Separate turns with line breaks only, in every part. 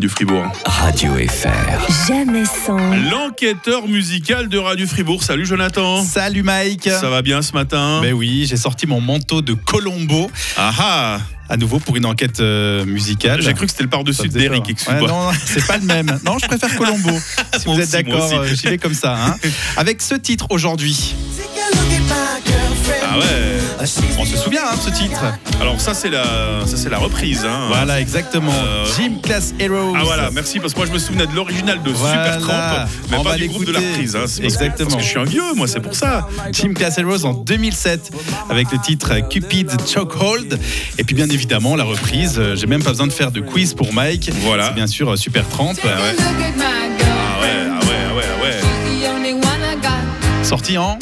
du Fribourg.
Radio FR.
Jamais sans.
L'enquêteur musical de Radio Fribourg. Salut Jonathan.
Salut Mike
Mmh. Ça va hein bien ce matin
Ben oui, j'ai sorti mon manteau de Colombo,
Ah ah
à nouveau pour une enquête euh, musicale.
J'ai cru que c'était le
Ça
par-dessus
faisait
d'Eric,
peur.
excuse-moi.
Ouais, non, c'est pas le même. Non, je préfère Colombo. Si
Moi
vous êtes
aussi, moi
d'accord,
aussi.
euh, j'y vais comme ça. hein. Avec ce titre aujourd'hui,
ah ouais
on se souvient hein, de ce titre.
Alors ça c'est la, ça, c'est la reprise. hein.
Voilà, exactement.
Euh,
Gym Class Heroes.
Ah voilà, merci parce que moi je me souvenais de l'original de
Voilà.
Supertramp, mais
On
pas
va
du groupe de la
l'écouter.
reprise. hein. C'est parce-
Exactement.
Parce que je suis un vieux, moi, c'est pour ça.
Jim Class Heroes en 2007 avec le titre Cupid Chokehold et puis bien évidemment la reprise euh, j'ai même pas besoin de faire de quiz pour Mike
Voilà.
c'est bien sûr euh, Super Tramp
Ah ouais, ah ouais, ah ouais, ah ouais, ah ouais.
sorti en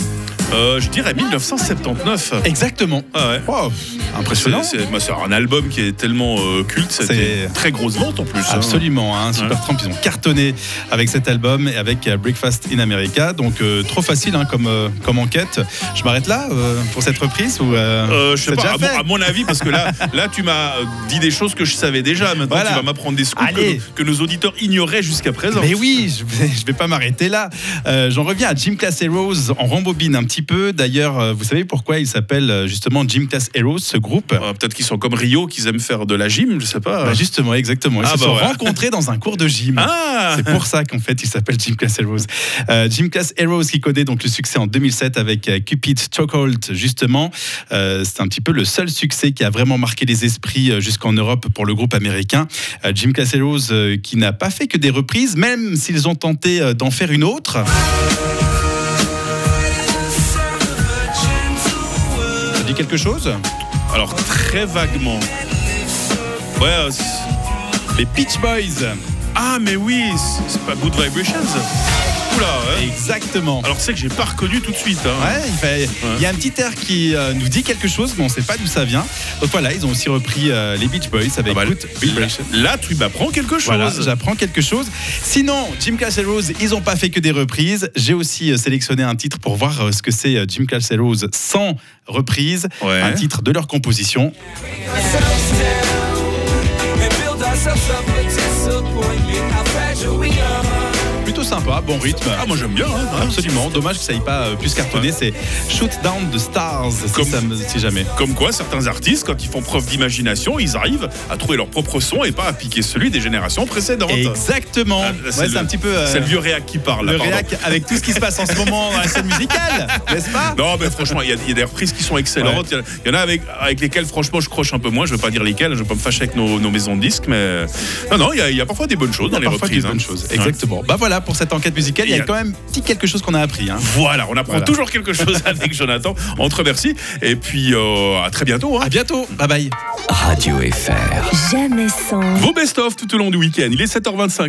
Euh, je dirais 1979.
exactement
Ah ouais.
Wow, impressionnant
C'est, c'est- bah, c'est un album qui est tellement euh, culte, c'était
C'est-
très grosse vente en plus. hein.
Absolument, hein, Supertramp, ils ont cartonné avec cet album et avec euh, Breakfast in America. Donc euh, trop facile hein, comme, euh, comme enquête. Je m'arrête là euh, pour cette reprise ou euh,
Euh, je sais
c'est
pas,
déjà
à mon,
fait
à mon avis, parce que là, là tu m'as euh, dit des choses que je savais déjà. Maintenant,
Voilà.
tu vas m'apprendre des scoops que,
Allez.
nos- que nos auditeurs ignoraient jusqu'à présent.
Mais oui, je vais, je vais pas m'arrêter là. Euh, J'en reviens à Jim Class Heroes. On rembobine un petit peu. D'ailleurs, euh, vous savez pourquoi il s'appelle euh, justement Jim Class Heroes, ce groupe
Euh, peut-être qu'ils sont comme Rio, qu'ils aiment faire de la gym, je sais pas.
Bah, Justement, exactement. Ils
Ah,
se
bah,
sont
ouais.
rencontrés dans un cours de gym.
ah
C'est pour ça qu'en fait il s'appelle Jim Class Heroes. Euh, Jim Class Heroes qui connaît donc le succès en 2007 avec euh, Cupid Chokehold justement. Euh, c'est un petit peu le seul succès qui a vraiment marqué les esprits euh, jusqu'en Europe pour le groupe américain. Euh, Jim Class Heroes euh, qui n'a pas fait que des reprises, même s'ils ont tenté euh, d'en faire une autre. Ça dit quelque chose
Alors, très vaguement. Ouais, euh, c'est-
Les Peach Boys.
ah, mais oui, c'est- c'est pas Good Vibrations. Oula, ouais.
Exactement.
Alors, c'est que j'ai pas reconnu tout de suite. hein.
Ouais, il, fait- il y a un petit air qui euh, nous dit quelque chose, mais on ne sait pas d'où ça vient. Donc voilà, ils ont aussi repris euh, les Beach Boys avec
Ah bah,
Good
là,
Vibrations.
là, tu m'apprends quelque chose.
Voilà, j'apprends quelque chose. Sinon, Jim Class Heroes, ils n'ont pas fait que des reprises. J'ai aussi euh, sélectionné un titre pour voir euh, ce que c'est euh, Jim Class Heroes sans reprise.
Ouais.
Un titre de leur composition. Plutôt sympa, bon rythme.
ah, moi j'aime bien. hein.
Absolument, dommage que ça n'aille pas euh, plus cartonné. C'est Shoot Down the Stars, si
Comme-
ça me- si jamais.
Comme quoi, certains artistes, quand ils font preuve d'imagination, ils arrivent à trouver leur propre son et pas à piquer celui des générations précédentes.
Exactement.
Ah,
Ouais,
c'est
c'est
le-
un petit peu. euh,
C'est le vieux réac qui parle. là,
le
pardon.
réac avec tout ce qui se passe en ce moment dans la scène musicale, n'est-ce pas
Non, mais franchement, il y, a- il y a des reprises qui sont excellentes. Il y en a- il y, en a avec, avec lesquelles, franchement, je croche un peu moins. Je ne veux pas dire lesquelles, je ne veux pas me fâcher avec nos, nos maisons de disques, mais. Non, non, il y, a- il y a parfois des bonnes choses dans les
Parfois
reprises.
des
hein.
bonnes choses. Exactement. Bah voilà, pour cette enquête musicale, il y
Il y
a
a-
quand même petit quelque chose qu'on a appris. Hein.
Voilà, on apprend
Voilà.
toujours quelque chose avec Jonathan. On te remercie. Et puis, euh, à très bientôt. hein.
À bientôt. Bye bye.
Radio FR.
Jamais sans.
Vos best-of tout au long du week-end. Il est 7h25.